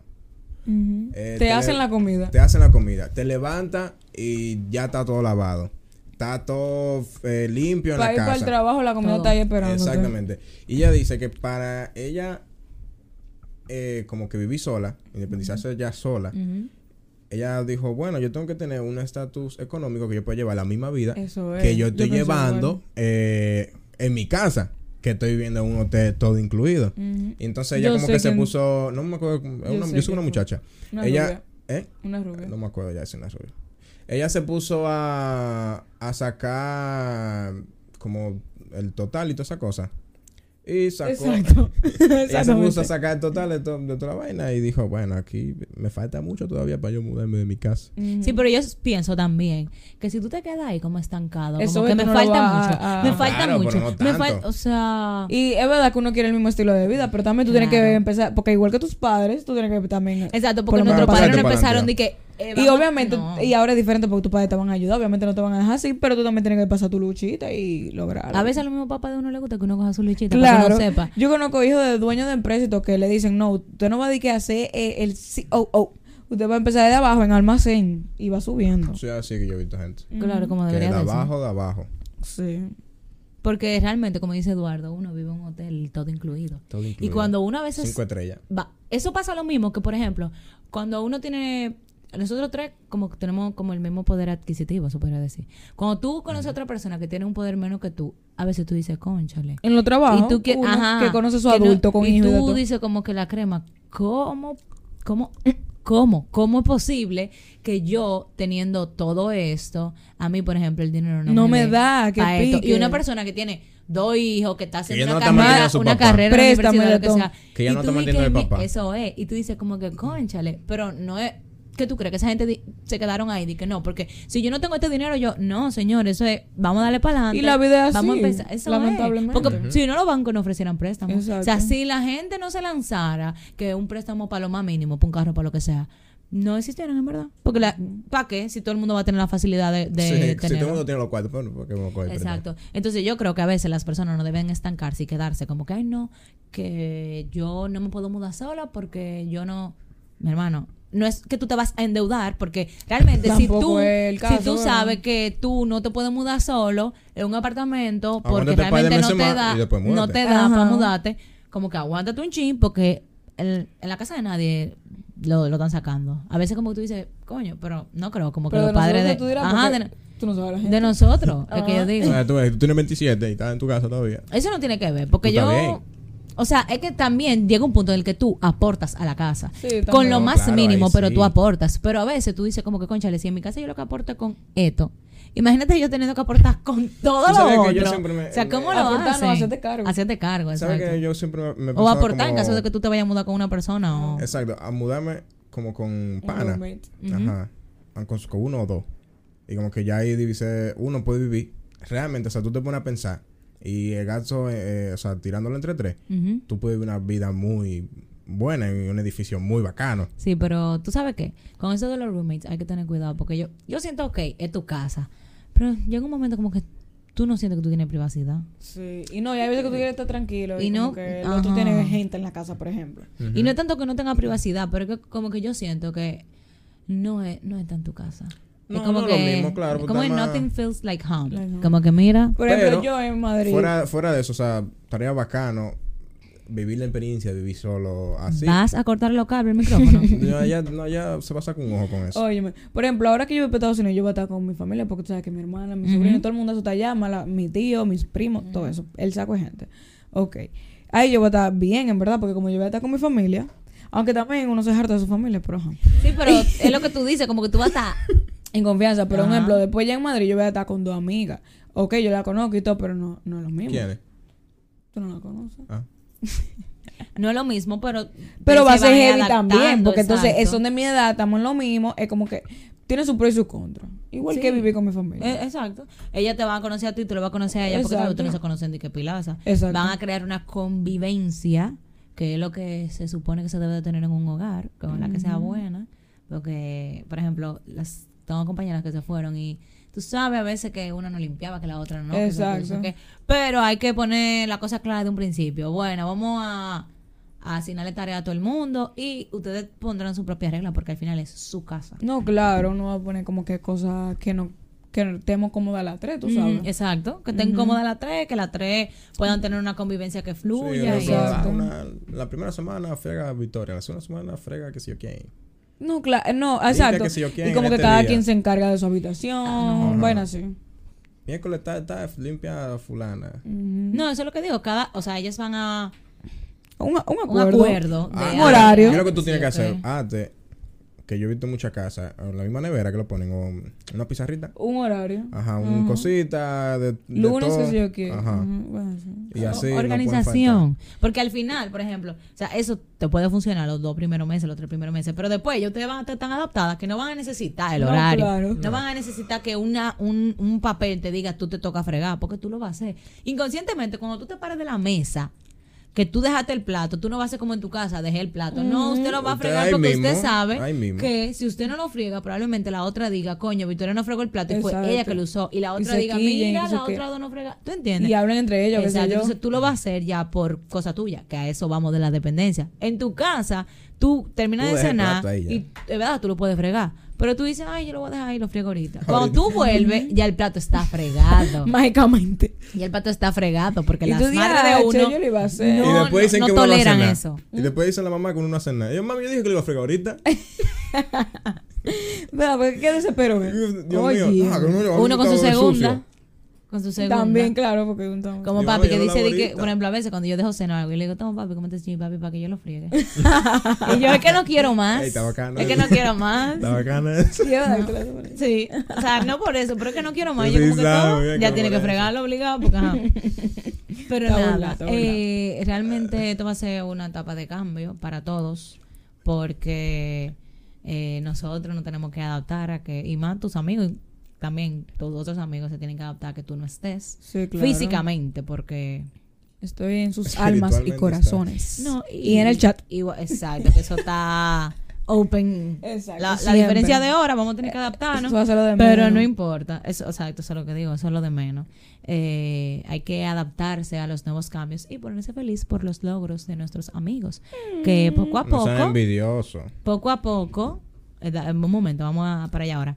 Speaker 2: Ujú.
Speaker 3: Eh,
Speaker 2: te,
Speaker 3: te-
Speaker 2: hacen la comida.
Speaker 3: Te hacen la comida. Te levantas y ya está todo lavado. Está todo eh, limpio en
Speaker 2: para
Speaker 3: la
Speaker 2: ir para el
Speaker 3: casa.
Speaker 2: trabajo, la comida
Speaker 1: Todo.
Speaker 2: está ahí esperando.
Speaker 3: Exactamente. Y ella dice que para ella, eh, como que viví sola, independizarse ya sola,
Speaker 1: Ujú.
Speaker 3: ella dijo, bueno, yo tengo que tener un estatus económico que yo pueda llevar la misma vida
Speaker 2: Eso es.
Speaker 3: que yo estoy
Speaker 2: pensé
Speaker 3: llevando
Speaker 2: igual.
Speaker 3: eh, en mi casa, que estoy viviendo en un hotel todo incluido.
Speaker 2: Ujú.
Speaker 3: Y entonces ella
Speaker 2: Yo
Speaker 3: como
Speaker 2: sé
Speaker 3: que se
Speaker 2: quién-
Speaker 3: puso, no me acuerdo, cómo-
Speaker 2: Yo
Speaker 3: una-
Speaker 2: sé
Speaker 3: yo soy
Speaker 2: quién
Speaker 3: una
Speaker 2: fue.
Speaker 3: muchacha.
Speaker 2: Una
Speaker 3: ella,
Speaker 2: rubia.
Speaker 3: ¿eh?
Speaker 2: Una rubia.
Speaker 3: No me acuerdo ya, es una rubia. Ella se puso a, a sacar como el total y toda esa cosa. Y sacó.
Speaker 2: Exacto.
Speaker 3: Ella se puso a
Speaker 2: Exactamente.
Speaker 3: sacar el total de, to- de toda la vaina y dijo, bueno, aquí me falta mucho todavía para yo mudarme de mi casa.
Speaker 2: Ujú.
Speaker 1: Sí, pero yo pienso también que si tú te quedas ahí como estancado,
Speaker 2: Eso
Speaker 1: como
Speaker 2: es,
Speaker 1: que
Speaker 2: tú
Speaker 1: me
Speaker 2: no lo
Speaker 1: falta
Speaker 2: vas
Speaker 1: mucho,
Speaker 2: a- a-
Speaker 1: me falta
Speaker 3: Claro,
Speaker 1: mucho,
Speaker 3: pero no
Speaker 1: me
Speaker 3: tanto.
Speaker 1: falta, o sea,
Speaker 2: Y es verdad que uno quiere el mismo estilo de vida, pero también tú tienes
Speaker 1: Claro.
Speaker 2: que empezar, porque igual que tus padres, tú tienes que también...
Speaker 1: exacto,
Speaker 2: por
Speaker 1: porque
Speaker 2: lo
Speaker 1: nuestros
Speaker 2: menos para
Speaker 1: padres no
Speaker 3: adelante, para
Speaker 1: empezaron de que eh,
Speaker 2: Y
Speaker 1: vamos-
Speaker 2: obviamente,
Speaker 1: no.
Speaker 2: y ahora es diferente porque tus padres te van a ayudar, obviamente no te van a dejar así, pero tú también tienes que pasar tu luchita y lograrlo.
Speaker 1: a veces a los mismos papás de uno le gusta que uno coja su lechita para que
Speaker 2: claro.
Speaker 1: uno sepa.
Speaker 2: Yo conozco hijos de dueños de empresas que le dicen, no, usted no va a decir que hacer eh, el COO. Usted va a empezar de abajo en almacén y va subiendo.
Speaker 3: Soy así que yo he visto gente.
Speaker 1: Claro, como
Speaker 3: Que de
Speaker 1: debería de ser.
Speaker 3: abajo, de abajo.
Speaker 2: Sí.
Speaker 1: Porque realmente, como dice Eduardo, uno vive en un hotel todo incluido.
Speaker 3: Todo
Speaker 1: Y
Speaker 3: incluido.
Speaker 1: cuando uno a veces
Speaker 3: Cinco estrellas.
Speaker 1: va, Eso pasa lo mismo que, por ejemplo, cuando uno tiene. Nosotros tres, como que tenemos como el mismo poder adquisitivo, se podría decir. Cuando tú conoces a otra persona que tiene un poder menos que tú, a veces tú dices, conchale.
Speaker 2: En los trabajos,
Speaker 1: Y tú que,
Speaker 2: uno
Speaker 1: ajá,
Speaker 2: que conoce a su
Speaker 1: que no-
Speaker 2: adulto con
Speaker 1: y
Speaker 2: hijos y de
Speaker 1: tú
Speaker 2: todo.
Speaker 1: dices como que la crema, ¿cómo, cómo, cómo, cómo es posible que yo teniendo todo esto, a mí por ejemplo el dinero no,
Speaker 2: No
Speaker 1: me,
Speaker 2: me da, que
Speaker 1: pa' esto?
Speaker 2: pique.
Speaker 1: Y una persona que tiene dos hijos, que está haciendo
Speaker 3: ella no
Speaker 1: una,
Speaker 3: está manteniendo
Speaker 1: carrera,
Speaker 3: a su
Speaker 1: una
Speaker 3: papá.
Speaker 1: carrera, en la
Speaker 2: Préstame
Speaker 1: universidad, lo
Speaker 2: de todo.
Speaker 1: que sea.
Speaker 3: Que ella
Speaker 1: Y
Speaker 3: no
Speaker 1: tú
Speaker 3: está
Speaker 1: di
Speaker 3: manteniendo al
Speaker 1: que ni-
Speaker 3: papá.
Speaker 1: Eso es, y tú dices como que, conchale, pero no es... ¿Qué tú crees que esa gente di- se quedaron ahí? Di que no, porque si yo no tengo este dinero, yo, no, señor, eso es, vamos a darle para adelante.
Speaker 2: Y la vida es
Speaker 1: Vamos a
Speaker 2: así,
Speaker 1: empezar. Eso es.
Speaker 2: lamentablemente.
Speaker 1: Porque si no, los bancos no ofrecieran préstamos. O sea,
Speaker 2: Exacto.
Speaker 1: si la gente no se lanzara que un préstamo para lo más mínimo, para un carro, para lo que sea, no existieran, en verdad. Porque, la, ¿para qué? Si todo el mundo va a tener la facilidad de, de
Speaker 3: Sí, si todo el
Speaker 1: tenerlo.
Speaker 3: mundo tiene los pues, cuartos, bueno, ¿por qué vamos a coger prestado?
Speaker 1: Exacto. Entonces yo creo que a veces las personas no deben estancarse y quedarse como que, ay, no, que yo no me puedo mudar sola porque yo no, mi hermano. No es que tú te vas a endeudar, porque realmente si
Speaker 2: Tampoco
Speaker 1: tú,
Speaker 2: es el
Speaker 1: si
Speaker 2: caso,
Speaker 1: tú
Speaker 2: ¿verdad?
Speaker 1: sabes que tú no te puedes mudar solo en un apartamento, porque
Speaker 3: Aguántate un par de
Speaker 1: realmente no te
Speaker 3: meses más
Speaker 1: da,
Speaker 3: y después múdate.
Speaker 1: no te da
Speaker 2: Ajá.
Speaker 1: para mudarte, como que aguántate un chin, porque el- en la casa de nadie lo, lo están sacando. A veces como tú dices, coño, pero no creo, como que
Speaker 2: Pero
Speaker 1: los padres
Speaker 2: nosotros
Speaker 1: de...
Speaker 2: tú dirás,
Speaker 1: Ajá,
Speaker 2: porque
Speaker 1: de-
Speaker 2: tú no sabes a la gente.
Speaker 1: de nosotros, es que yo
Speaker 3: O
Speaker 1: digo.
Speaker 3: sea, tú, ves, tú tienes 27 y estás en tu casa todavía.
Speaker 1: Eso no tiene que ver, porque
Speaker 3: Tú estás
Speaker 1: yo...
Speaker 3: bien.
Speaker 1: O sea, es que también llega un punto en el que tú aportas a la casa.
Speaker 2: Sí, también.
Speaker 1: con lo
Speaker 3: No,
Speaker 1: más
Speaker 3: claro,
Speaker 1: mínimo,
Speaker 3: ahí
Speaker 1: pero
Speaker 3: sí.
Speaker 1: tú aportas. Pero a veces tú dices como que, conchale, si en mi casa yo lo que aporto es con esto. Imagínate yo teniendo que aportar con todo
Speaker 3: Tú
Speaker 1: lo
Speaker 3: sabes
Speaker 1: otro.
Speaker 3: que yo siempre me-
Speaker 1: o sea, ¿cómo
Speaker 3: me-
Speaker 1: lo
Speaker 2: Aportar
Speaker 1: haces?
Speaker 2: no, hacerte cargo.
Speaker 1: Hacerte cargo,
Speaker 3: ¿Sabes
Speaker 1: Pues exacto.
Speaker 3: que yo siempre me- me
Speaker 1: o
Speaker 3: pasaba
Speaker 1: aportar en
Speaker 3: como-
Speaker 1: caso de que tú te vayas a mudar con una persona o...
Speaker 3: Exacto, a mudarme como con
Speaker 2: Un
Speaker 3: pana.
Speaker 2: roommate.
Speaker 3: Ajá. Ah, Con, con uno o dos. Y como que ya ahí divisé, uno puede vivir. Realmente, o sea, tú te pones a pensar. Y el gasto, eh, eh, o sea, tirándolo entre tres,
Speaker 1: Ujú.
Speaker 3: tú puedes vivir una vida muy buena en un edificio muy bacano.
Speaker 1: Sí, pero tú sabes qué, con eso de los roommates hay que tener cuidado porque yo yo siento, ok, es tu casa, pero llega un momento como que tú no sientes que tú tienes privacidad.
Speaker 2: Sí. Y no, y hay veces que tú quieres estar tranquilo. Y,
Speaker 1: Y no-
Speaker 2: no. Que el otro
Speaker 1: ajá.
Speaker 2: tiene gente en la casa, por ejemplo.
Speaker 1: Y no es tanto que no tenga privacidad, pero es que como que yo siento que no es, no está en tu casa.
Speaker 3: No,
Speaker 1: es como
Speaker 3: no, lo
Speaker 1: que,
Speaker 3: mismo, claro, porque
Speaker 1: Como que
Speaker 3: además-
Speaker 1: nothing feels like home.
Speaker 2: Like home.
Speaker 1: Como que mira,
Speaker 2: Por ejemplo,
Speaker 3: Pero,
Speaker 2: yo en Madrid.
Speaker 3: Fuera, fuera de eso, o sea, estaría bacano vivir la experiencia, vivir solo así.
Speaker 1: vas a cortar los cables, el micrófono.
Speaker 3: No, ya, no, ya se pasa con un ojo con eso.
Speaker 2: Óyeme, por ejemplo, ahora que yo voy para Estados Unidos, yo voy a estar con mi familia porque tú sabes que mi hermana, mi sobrino, todo el mundo eso está allá, mala, mi tío, mis primos, todo eso. El saco de gente. Ok. Ahí yo voy a estar bien, en verdad, porque como yo voy a estar con mi familia, aunque también uno se harta de su familia, pero ajá.
Speaker 1: sí, pero es lo que tú dices, como que tú vas a...
Speaker 2: En confianza, pero un
Speaker 1: Ajá.
Speaker 2: ejemplo, después ya en Madrid yo voy a estar con dos amigas. Ok, yo la conozco y todo, pero no, no es lo mismo.
Speaker 3: ¿Quién es?
Speaker 2: Tú no la conoces.
Speaker 3: Ah.
Speaker 1: No es lo mismo, pero...
Speaker 2: Pero
Speaker 1: se
Speaker 2: va a ser
Speaker 1: van
Speaker 2: heavy
Speaker 1: adaptando,
Speaker 2: también, porque entonces
Speaker 1: exacto.
Speaker 2: son de mi edad, estamos en lo mismo, es como que tiene su pro y su contra. Igual que
Speaker 1: Sí.
Speaker 2: vivir con mi familia.
Speaker 1: Eh, exacto. Ella te va a conocer a ti, tú lo vas a conocer a ella, porque
Speaker 2: Exacto.
Speaker 1: claro, ustedes no se conocen de qué pilaza.
Speaker 2: Exacto.
Speaker 1: Van a crear una convivencia, que es lo que se supone que se debe de tener en un hogar, con la que sea buena. Porque, por ejemplo, las tengo compañeras que se fueron y tú sabes a veces que una no limpiaba, que la otra no. que eso, que eso,
Speaker 2: Exacto.
Speaker 1: que- Pero hay que poner la cosa clara de un principio. Bueno, vamos a a asignarle tarea a todo el mundo y ustedes pondrán su propia regla porque al final es su casa.
Speaker 2: No, claro, uno va a poner como que cosas que no que no estemos cómodas las tres, tú sabes.
Speaker 1: Mm, exacto, que estén cómodas las tres, que las tres puedan tener una convivencia que
Speaker 3: Sí,
Speaker 1: fluya.
Speaker 3: o
Speaker 1: y-
Speaker 3: sea,
Speaker 2: exacto.
Speaker 3: una- la primera semana frega Victoria, la segunda semana frega que si yo quién.
Speaker 2: No, claro, no,
Speaker 3: Limpia
Speaker 2: exacto.
Speaker 3: que si yo quién
Speaker 2: y como
Speaker 3: en
Speaker 2: que
Speaker 3: este
Speaker 2: cada
Speaker 3: día.
Speaker 2: quien se encarga de su habitación,
Speaker 1: Ah,
Speaker 2: bueno, así.
Speaker 3: Miércoles está, está limpia fulana.
Speaker 2: Mm-hmm.
Speaker 1: No, eso es lo que digo, cada, o sea, ellas van a
Speaker 2: Un, un
Speaker 1: un
Speaker 2: acuerdo.
Speaker 1: acuerdo. de
Speaker 3: Ah,
Speaker 2: Un horario.
Speaker 3: ¿Qué es lo que tú
Speaker 1: Sí,
Speaker 3: tienes que
Speaker 1: ok.
Speaker 3: hacer? Antes, que yo he visto en muchas casas, en la misma nevera que lo ponen, o una pizarrita.
Speaker 2: Un horario.
Speaker 3: Ajá, un cosita Ah, de, de
Speaker 2: Lunes
Speaker 3: todo.
Speaker 2: que si yo quiero.
Speaker 3: Ajá.
Speaker 2: Ujú, bueno, así.
Speaker 3: Y así. no pueden
Speaker 1: organización. Porque al final, por ejemplo, o sea, eso te puede funcionar los dos primeros meses, los tres primeros meses, pero después ya ustedes van a estar tan adaptadas que no van a necesitar el
Speaker 2: No,
Speaker 1: horario.
Speaker 2: claro.
Speaker 1: No, van a necesitar que una, un, un papel te diga tú te toca fregar, porque tú lo vas a hacer. Inconscientemente, cuando tú te paras de la mesa, que tú dejaste el plato, tú no vas a hacer como en tu casa, dejé el plato. No, usted lo va a
Speaker 3: Usted
Speaker 1: fregar
Speaker 3: ahí
Speaker 1: porque usted
Speaker 3: mismo,
Speaker 1: sabe
Speaker 3: ahí mismo.
Speaker 1: que si usted no lo friega, probablemente la otra diga, coño, Victoria no fregó el plato y
Speaker 2: Exacto.
Speaker 1: fue ella que lo usó. Y la
Speaker 2: Y
Speaker 1: otra
Speaker 2: se
Speaker 1: diga,
Speaker 2: quillen,
Speaker 1: mira,
Speaker 2: eso
Speaker 1: la
Speaker 2: que-
Speaker 1: otra dos no frega. ¿Tú entiendes?
Speaker 2: Y hablan entre ellos, qué sé
Speaker 1: Exacto.
Speaker 2: yo.
Speaker 1: Entonces tú lo vas a hacer ya por cosa tuya, que a eso vamos de la dependencia. En tu casa, tú terminas de
Speaker 3: Tú dejas el
Speaker 1: cenar
Speaker 3: plato ahí ya.
Speaker 1: y de verdad tú lo puedes fregar. Pero tú dices, ay, yo lo voy a dejar ahí, lo friego ahorita. Cuando tú vuelves, ya el plato está fregado.
Speaker 2: Mágicamente.
Speaker 1: ya el plato está fregado porque
Speaker 2: Y
Speaker 1: las
Speaker 2: tú
Speaker 1: madres
Speaker 2: dices,
Speaker 1: de
Speaker 2: "Ah, che,
Speaker 1: uno
Speaker 2: yo lo iba a hacer".
Speaker 1: no,
Speaker 3: y después dicen
Speaker 1: no-
Speaker 3: que
Speaker 1: no
Speaker 3: uno no hace
Speaker 1: toleran
Speaker 3: nada.
Speaker 1: eso.
Speaker 3: Y después dice la mamá que uno no hace nada. Yo, mami, yo dije que lo iba a fregar ahorita.
Speaker 2: Vea, porque qué desespero. ¿eh?
Speaker 3: Dios
Speaker 2: Oye.
Speaker 3: mío. Ah, que uno, lo va a
Speaker 1: uno con su
Speaker 3: quitar el
Speaker 1: segunda,
Speaker 3: sucio.
Speaker 1: con su segunda.
Speaker 2: También, claro, porque un tam-
Speaker 1: Como
Speaker 3: Yo,
Speaker 1: papi
Speaker 3: yo
Speaker 1: que
Speaker 3: lo
Speaker 1: dice,
Speaker 3: lavo
Speaker 1: de que,
Speaker 3: ahorita.
Speaker 1: por ejemplo, a veces cuando yo dejo cenar algo, y le digo, toma papi, cómete este papi para que yo lo friegue. y yo es que no quiero más.
Speaker 3: Ey, está bacano
Speaker 1: es que
Speaker 3: eso.
Speaker 1: no quiero más.
Speaker 3: Está bacana eso.
Speaker 2: Sí, ¿verdad? Claro, sobre-
Speaker 1: Sí, o sea, no por eso, pero es que no quiero más.
Speaker 3: Sí,
Speaker 1: Yo
Speaker 3: sí,
Speaker 1: como que
Speaker 3: sabe,
Speaker 1: todo,
Speaker 3: mira que
Speaker 1: ya
Speaker 3: no
Speaker 1: tiene que
Speaker 3: parece.
Speaker 1: fregarlo obligado, porque ajá. Pero
Speaker 2: Está
Speaker 1: nada,
Speaker 2: burla, está burla.
Speaker 1: eh, realmente esto va a ser una etapa de cambio para todos, porque eh, nosotros nos tenemos que adaptar a que, y más tus amigos, también tus otros amigos se tienen que adaptar a que tú no estés
Speaker 2: Sí, claro.
Speaker 1: físicamente, porque...
Speaker 2: Estoy en sus almas y
Speaker 3: Espiritualmente
Speaker 2: corazones.
Speaker 1: No,
Speaker 2: y, en el chat.
Speaker 1: igual- exacto, que eso está open.
Speaker 2: Exacto,
Speaker 1: La, la
Speaker 2: siempre. Eh,
Speaker 1: diferencia de hora vamos a tener que adaptarnos.
Speaker 2: Eso va a ser lo de
Speaker 1: Pero
Speaker 2: menos.
Speaker 1: no importa. Eso, exacto, eso es lo que digo, eso es lo de menos. Eh, hay que adaptarse a los nuevos cambios y ponerse feliz por los logros de nuestros amigos.
Speaker 2: Mm.
Speaker 1: Que poco a
Speaker 3: No sean
Speaker 1: poco,
Speaker 3: envidiosos.
Speaker 1: poco a poco. eh, da- Un momento, vamos a, para allá ahora.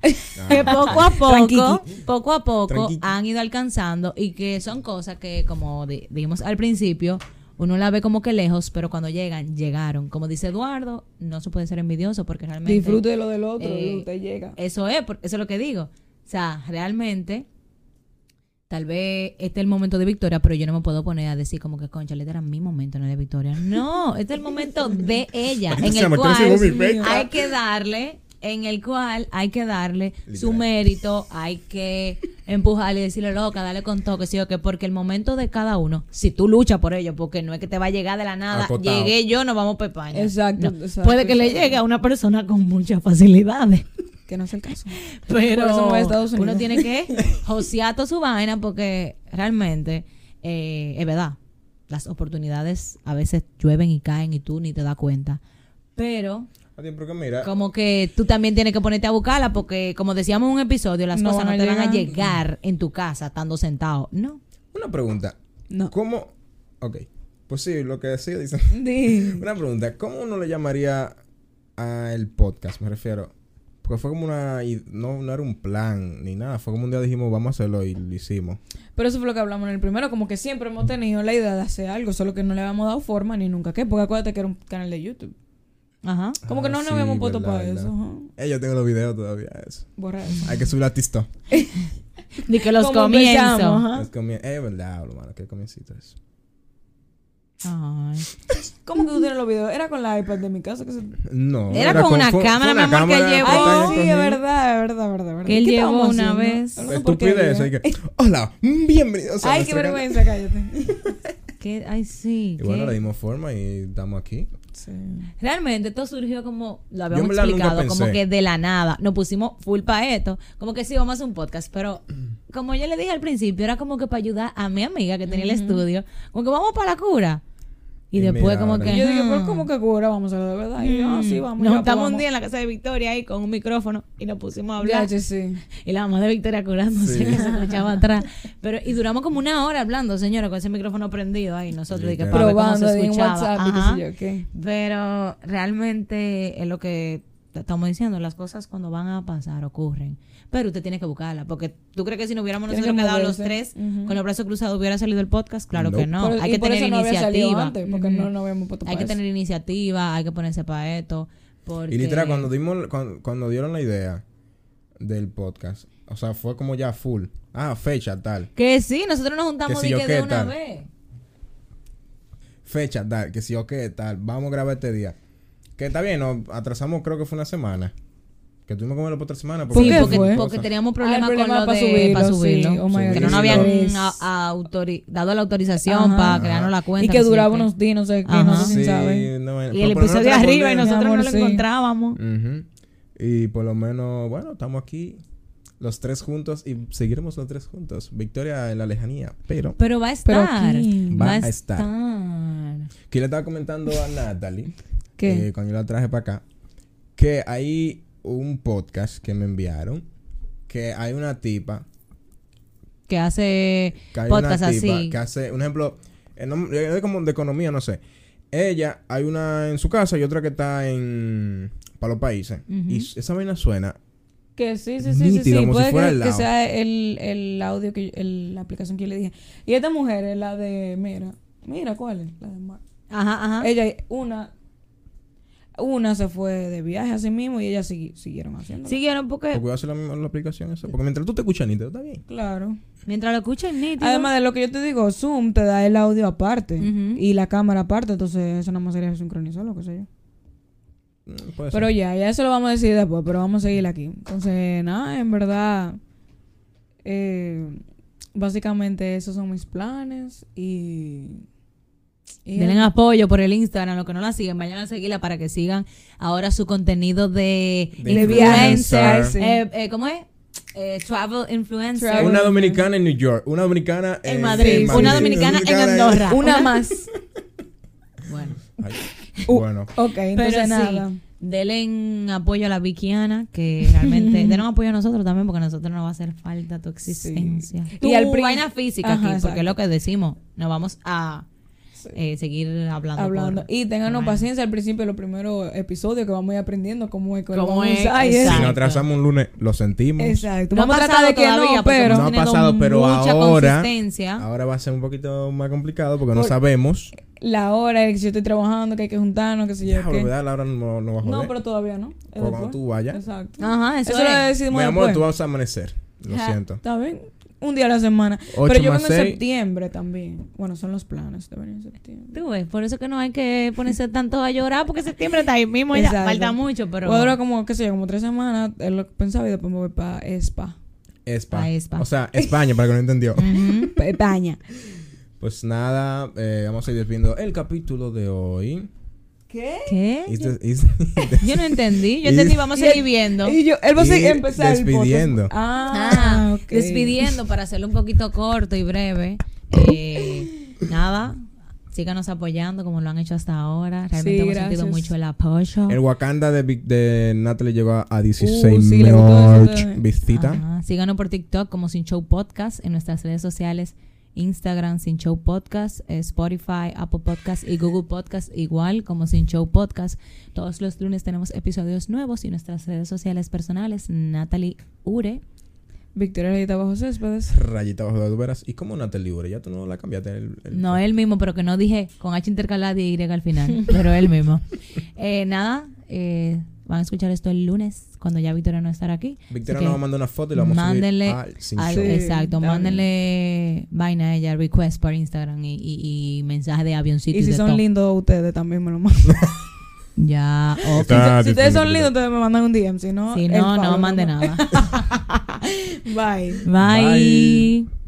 Speaker 1: Que poco a poco,
Speaker 2: Tranquiqui.
Speaker 1: poco a poco
Speaker 3: Tranquiqui.
Speaker 1: han ido alcanzando y que son cosas que, como di- dijimos al principio, uno la ve como que lejos, pero cuando llegan, llegaron. Como dice Eduardo, no se puede ser envidioso porque realmente.
Speaker 2: Disfrute de lo del otro,
Speaker 1: Eh,
Speaker 2: y usted llega.
Speaker 1: Eso es, por- eso es lo que digo. O sea, realmente, tal vez este es el momento de victoria, pero yo no me puedo poner a decir como que, concha, este era mi momento, no el de victoria. No, este es el momento de ella, en
Speaker 3: Maldita sea,
Speaker 1: el
Speaker 3: me
Speaker 1: cual
Speaker 3: acabo de llevar mi pecho.
Speaker 1: hay que darle, en el cual hay que darle su
Speaker 3: Literal.
Speaker 1: mérito, hay que empujarle y decirle, loca, dale con toque, sí o que, porque el momento de cada uno, si tú luchas por ello, porque no es que te va a llegar de la nada,
Speaker 3: Acotado.
Speaker 1: llegué yo, nos vamos para España.
Speaker 2: Exacto,
Speaker 1: No.
Speaker 2: exacto,
Speaker 1: Puede que le
Speaker 2: exacto.
Speaker 1: llegue a una persona con muchas facilidades.
Speaker 2: Que no es el caso.
Speaker 1: Pero
Speaker 2: Por eso me voy a Estados
Speaker 1: uno
Speaker 2: Unidos.
Speaker 1: tiene que josear toda su vaina porque realmente eh, es verdad. Las oportunidades a veces llueven y caen y tú ni te das cuenta. Pero
Speaker 3: A ti, Ah, porque mira,
Speaker 1: como que tú también tienes que ponerte a buscarla porque como decíamos en un episodio, las
Speaker 2: No
Speaker 1: cosas no
Speaker 2: van
Speaker 1: te
Speaker 2: a
Speaker 1: van a
Speaker 2: llegar.
Speaker 1: llegar en tu casa estando sentado. No.
Speaker 3: una pregunta.
Speaker 2: No.
Speaker 3: ¿Cómo? Ok. Pues sí, lo que decía, dicen.
Speaker 2: Di.
Speaker 3: Una pregunta, ¿cómo uno le llamaría al podcast? Me refiero. Porque fue como una. i- No, no era un plan ni nada. Fue como un día dijimos, vamos a hacerlo y lo hicimos.
Speaker 2: Pero eso fue lo que hablamos en el primero, como que siempre hemos tenido la idea de hacer algo, solo que no le habíamos dado forma ni nunca qué, porque acuérdate que era un canal de YouTube.
Speaker 1: Ajá.
Speaker 2: Como que
Speaker 3: Ah,
Speaker 2: no nos
Speaker 3: sí,
Speaker 2: habíamos puesto
Speaker 3: verdad,
Speaker 2: para
Speaker 3: verdad.
Speaker 2: eso. ajá.
Speaker 3: Eh, yo tengo los videos todavía. Eso.
Speaker 2: Borra eso.
Speaker 3: Hay que subir a TikTok.
Speaker 1: Ni que los
Speaker 2: Como empezamos,
Speaker 1: comienzos.
Speaker 2: ajá.
Speaker 3: Es comien- eh, verdad, lo mano. Qué comiencito eso.
Speaker 1: Ay.
Speaker 2: ¿Cómo que tú tienes los videos? Era con la iPad de mi casa que se...
Speaker 3: No.
Speaker 1: Era con una
Speaker 3: fue- fue
Speaker 1: cámara,
Speaker 3: una
Speaker 1: mi amor, que
Speaker 3: cámara
Speaker 1: llevó.
Speaker 3: pantalla
Speaker 2: Ay, sí, es
Speaker 3: conmigo.
Speaker 2: verdad, es verdad, es verdad, es verdad.
Speaker 1: Que él
Speaker 2: ¿Qué
Speaker 1: llegó
Speaker 2: estábamos
Speaker 1: una
Speaker 2: haciendo?
Speaker 1: vez.
Speaker 2: Era una
Speaker 3: Estupidez. Hay
Speaker 2: porquería.
Speaker 3: que. Hola, bienvenidos. a
Speaker 2: Ay, qué
Speaker 3: nuestra canal".
Speaker 2: vergüenza, cállate.
Speaker 1: Que, ay, sí.
Speaker 3: Y bueno,
Speaker 1: que-
Speaker 3: le dimos forma y estamos aquí.
Speaker 2: Sí.
Speaker 1: Realmente esto surgió como, lo
Speaker 3: en
Speaker 1: habíamos
Speaker 3: verdad nunca
Speaker 1: explicado, como
Speaker 3: pensé.
Speaker 1: que de la nada. Nos pusimos full para esto, como que sí, vamos a hacer un podcast, pero como yo le dije al principio, era como que para ayudar a mi amiga que tenía el estudio, como que vamos para la cura. Y,
Speaker 3: Y
Speaker 1: después
Speaker 3: mira,
Speaker 1: como
Speaker 3: ahora-
Speaker 1: que...
Speaker 2: Y yo dije,
Speaker 1: ajá. Mm.
Speaker 2: pero ¿cómo que ahora vamos a hablar de verdad? Y yo, ah, sí, vamos.
Speaker 1: nos
Speaker 2: ya, pues,
Speaker 1: juntamos un
Speaker 2: vamos.
Speaker 1: día en la casa de Victoria ahí con un micrófono y nos pusimos a hablar.
Speaker 2: Ya, sí.
Speaker 1: Y la mamá de Victoria curándose
Speaker 3: Sí.
Speaker 1: que se escuchaba atrás. Pero, y duramos como una hora hablando, señora, con ese micrófono prendido ahí. Nosotros dije, para ver cómo
Speaker 2: Probando
Speaker 1: se
Speaker 2: en
Speaker 1: escuchaba.
Speaker 2: WhatsApp y
Speaker 1: Ajá.
Speaker 2: qué sé yo, qué.
Speaker 1: Pero realmente es lo que te estamos diciendo, las cosas cuando van a pasar ocurren. Pero usted tiene que buscarla, porque tú crees que si nos hubiéramos
Speaker 2: Tiene
Speaker 1: nosotros
Speaker 2: que
Speaker 1: quedado los tres
Speaker 2: moverse. Ujú.
Speaker 1: con los brazos cruzados hubiera salido el podcast, claro que no.
Speaker 2: Por-
Speaker 1: hay
Speaker 2: y
Speaker 1: que
Speaker 2: por
Speaker 1: tener
Speaker 2: eso no había salido
Speaker 1: iniciativa.
Speaker 2: antes, porque no nos habíamos puesto
Speaker 1: hay
Speaker 2: para
Speaker 1: que
Speaker 2: eso.
Speaker 1: tener iniciativa, hay que ponerse para esto. Porque...
Speaker 3: Y literal, cuando dimos, cuando, cuando dieron la idea del podcast, o sea, fue como ya full. Ah, fecha tal.
Speaker 1: Que sí, nosotros nos juntamos
Speaker 3: Que si
Speaker 1: di
Speaker 3: yo
Speaker 1: que
Speaker 3: qué,
Speaker 1: de una
Speaker 3: tal.
Speaker 1: vez.
Speaker 3: Fecha tal, que si o qué tal. Vamos a grabar este día. Que está bien, nos atrasamos creo que fue una semana. Que tuvimos que verlo por otra semana.
Speaker 2: ¿Por
Speaker 1: Sí,
Speaker 2: qué
Speaker 1: porque,
Speaker 2: fue?
Speaker 1: porque teníamos
Speaker 2: Ah, el
Speaker 1: problemas
Speaker 2: problema
Speaker 1: con lo
Speaker 2: para
Speaker 1: de
Speaker 2: subirlo,
Speaker 1: para
Speaker 2: sí.
Speaker 1: subirlo.
Speaker 2: Oh my
Speaker 1: que
Speaker 3: God.
Speaker 1: no nos habían
Speaker 2: Yes.
Speaker 1: a- autori- dado la autorización
Speaker 2: Ajá.
Speaker 1: para crearnos la cuenta.
Speaker 2: Y
Speaker 1: no
Speaker 2: que
Speaker 1: sé
Speaker 2: duraba
Speaker 1: qué.
Speaker 2: unos días, no sé qué,
Speaker 1: Ajá.
Speaker 2: no sé si
Speaker 3: Ah, Sí,
Speaker 2: saben.
Speaker 3: no, bueno,
Speaker 1: Y el
Speaker 3: por- por
Speaker 1: episodio de
Speaker 3: no
Speaker 1: arriba y
Speaker 3: respondemos.
Speaker 1: nosotros
Speaker 2: Mi
Speaker 1: no
Speaker 2: amor,
Speaker 1: lo
Speaker 2: sí.
Speaker 1: encontrábamos.
Speaker 3: Ujú. Y por lo menos, bueno, estamos aquí los tres juntos y seguiremos los tres juntos. Victoria en la lejanía, pero...
Speaker 1: Pero va a estar.
Speaker 2: aquí.
Speaker 1: va,
Speaker 3: Va
Speaker 1: a
Speaker 3: a
Speaker 1: estar.
Speaker 3: estar. Que le estaba comentando a Natalie.
Speaker 2: ¿Qué?
Speaker 3: eh, cuando yo la traje para acá. Que hay un podcast que me enviaron. Que hay una tipa.
Speaker 1: Que hace
Speaker 3: Que hay
Speaker 1: podcast
Speaker 3: una tipa
Speaker 1: así.
Speaker 3: que hace. Un ejemplo. eh, no, eh, como de economía, no sé. Ella, hay una en su casa y otra que está en. Para los países. Y s- esa vaina suena
Speaker 2: Que sí, sí, sí, sí,
Speaker 3: Nítido,
Speaker 2: sí.
Speaker 3: como si
Speaker 2: Puede
Speaker 3: fuera
Speaker 2: que,
Speaker 3: el
Speaker 2: que
Speaker 3: lado.
Speaker 2: sea el, el audio, que yo- el- la aplicación que yo le dije. Y esta mujer es la de, mira, mira, ¿cuál es? La de Mar-
Speaker 1: Ajá, ajá.
Speaker 2: Ella, una, una se fue de viaje así mismo y ellas sigui- siguieron haciendo.
Speaker 1: Siguieron porque
Speaker 3: Porque voy a hacer la, misma- la aplicación esa. Porque mientras tú te escuchas nítido, está bien.
Speaker 2: Claro.
Speaker 1: mientras lo escuchen nítido.
Speaker 2: Además de lo que yo te digo, Zoom te da el audio aparte
Speaker 1: Ujú.
Speaker 2: y la cámara aparte, entonces eso nada más sería sincronizarlo, qué sé yo.
Speaker 3: Mm, Puede
Speaker 2: Pero
Speaker 3: ser.
Speaker 2: ya, ya eso lo vamos a decir después, pero vamos a seguir aquí. Entonces, nada, en verdad, eh, básicamente esos son mis planes y... y-
Speaker 1: Denle apoyo por el Instagram, los que no la siguen, vayan a seguirla para que sigan ahora su contenido de,
Speaker 3: De
Speaker 1: influencer.
Speaker 3: influencer.
Speaker 1: Eh, eh, ¿Cómo es? Eh, travel influencer.
Speaker 2: Travel.
Speaker 3: Una dominicana en New York, una dominicana
Speaker 1: En Madrid,
Speaker 2: una
Speaker 1: dominicana en Andorra. ya.
Speaker 2: Una más.
Speaker 1: Bueno,
Speaker 3: Ay,
Speaker 2: Uh,
Speaker 3: bueno,
Speaker 2: Ok, entonces
Speaker 1: pero
Speaker 2: nada.
Speaker 1: sí, denle apoyo a la Vikiana, que realmente, denle apoyo a nosotros también, porque a nosotros nos va a hacer falta tu existencia.
Speaker 2: Y
Speaker 1: Tu
Speaker 2: al prin-
Speaker 1: vaina física
Speaker 2: Ajá,
Speaker 1: aquí, porque es
Speaker 2: exacto.
Speaker 1: lo que decimos, nos vamos a eh, seguir hablando.
Speaker 2: Hablando.
Speaker 1: por-
Speaker 2: Y ténganos
Speaker 1: Bueno.
Speaker 2: paciencia al principio de los primeros episodios que vamos a ir aprendiendo cómo es que lo
Speaker 1: Cómo
Speaker 2: vamos a
Speaker 1: es,
Speaker 2: usar y eso.
Speaker 3: si
Speaker 1: exacto.
Speaker 3: nos atrasamos un lunes, lo sentimos.
Speaker 2: Exacto.
Speaker 1: No
Speaker 2: Vamos
Speaker 1: ha
Speaker 2: a tratar
Speaker 1: pasado
Speaker 2: de que
Speaker 1: todavía,
Speaker 2: no,
Speaker 1: porque
Speaker 2: pero.
Speaker 1: estamos
Speaker 3: no ha
Speaker 1: teniendo
Speaker 3: pasado, pero
Speaker 1: mucha
Speaker 3: ahora,
Speaker 1: consistencia.
Speaker 3: ahora va a ser un poquito más complicado porque no
Speaker 2: Por-
Speaker 3: sabemos.
Speaker 2: La hora, que si yo estoy trabajando, que hay que juntarnos, que sé yo.
Speaker 3: Diablo,
Speaker 2: qué.
Speaker 3: ¿verdad? Laura no, no va a joder.
Speaker 2: No, pero todavía no. Es
Speaker 3: Cuando
Speaker 2: después.
Speaker 3: tú vayas.
Speaker 2: Exacto.
Speaker 1: Ajá, Ah, eso,
Speaker 2: Eso,
Speaker 1: es.
Speaker 2: lo decidimos
Speaker 3: Mi amor,
Speaker 2: después.
Speaker 3: tú vas a amanecer. Lo
Speaker 1: Ja.
Speaker 3: siento.
Speaker 2: Está bien. Un día a la semana.
Speaker 3: Ocho
Speaker 2: pero yo
Speaker 3: más
Speaker 2: vengo en
Speaker 3: seis.
Speaker 2: septiembre también. Bueno, son los planes de venir en septiembre.
Speaker 1: Tú ves, por eso que no hay que ponerse tanto a llorar, porque septiembre está ahí mismo, ya
Speaker 2: Exacto.
Speaker 1: falta mucho, pero...
Speaker 2: Voy a durar como, qué sé yo, como tres semanas. Es lo que pensaba y después me voy para Spa.
Speaker 3: Espa.
Speaker 1: Pa' Espa. Mm.
Speaker 3: O sea, España, para que no entendió.
Speaker 1: Ujú.
Speaker 2: España.
Speaker 3: Pues nada, eh, vamos a ir despidiendo el capítulo de hoy.
Speaker 2: ¿Qué?
Speaker 1: ¿Qué?
Speaker 3: Is the- is-
Speaker 1: Yo no entendí, yo entendí, vamos a
Speaker 2: Y-
Speaker 1: seguir viendo.
Speaker 2: Y yo, él va a
Speaker 3: Y
Speaker 2: seguir- empezar el podcast.
Speaker 3: despidiendo.
Speaker 2: Ah,
Speaker 1: Ah,
Speaker 2: ok.
Speaker 1: Despidiendo para hacerlo un poquito corto y breve. Eh, nada, síganos apoyando como lo han hecho hasta ahora. Realmente
Speaker 2: Sí,
Speaker 1: hemos
Speaker 2: gracias.
Speaker 1: sentido mucho el apoyo.
Speaker 3: el Wakanda de, Vic- de Natalie llegó a 16
Speaker 2: Uh, sí, le gustó eso
Speaker 3: mil
Speaker 2: también.
Speaker 3: visitas.
Speaker 1: Ajá. Síganos por TikTok como Sin Show Podcast en nuestras redes sociales. Instagram Sin Show Podcast, eh, Spotify, Apple Podcast y Google Podcast igual como Sin Show Podcast. Todos los lunes tenemos episodios nuevos y nuestras redes sociales personales, Natalie Ure.
Speaker 2: Victoria Reyita Bajo Céspedes.
Speaker 3: Rayita bajo de las veras. ¿Y cómo Natalie Ure? Ya tú no la cambiaste. El, el-
Speaker 1: No él mismo, pero que no dije con H intercalada y Y al final, pero él mismo. Eh, nada, eh, van a escuchar esto el lunes cuando ya Victoria no estará aquí.
Speaker 3: Victoria
Speaker 1: Así que
Speaker 3: nos va a mandar una foto y la vamos
Speaker 1: mándenle
Speaker 3: a subir al Sin
Speaker 1: algo-
Speaker 3: Show.
Speaker 2: Sí,
Speaker 1: exacto,
Speaker 2: también.
Speaker 1: mándenle vaina a ella, request por Instagram y, y, y mensaje de avioncito.
Speaker 2: y si
Speaker 1: de
Speaker 2: son
Speaker 1: todo.
Speaker 2: lindos ustedes también me lo mandan.
Speaker 1: Ya, o-
Speaker 3: Está
Speaker 2: si, si ustedes son
Speaker 3: disponible.
Speaker 2: lindos ustedes me mandan un DM. Si no,
Speaker 1: si
Speaker 2: el
Speaker 1: no, no
Speaker 2: follow,
Speaker 1: mande nada.
Speaker 2: Bye.
Speaker 1: Bye.
Speaker 3: Bye.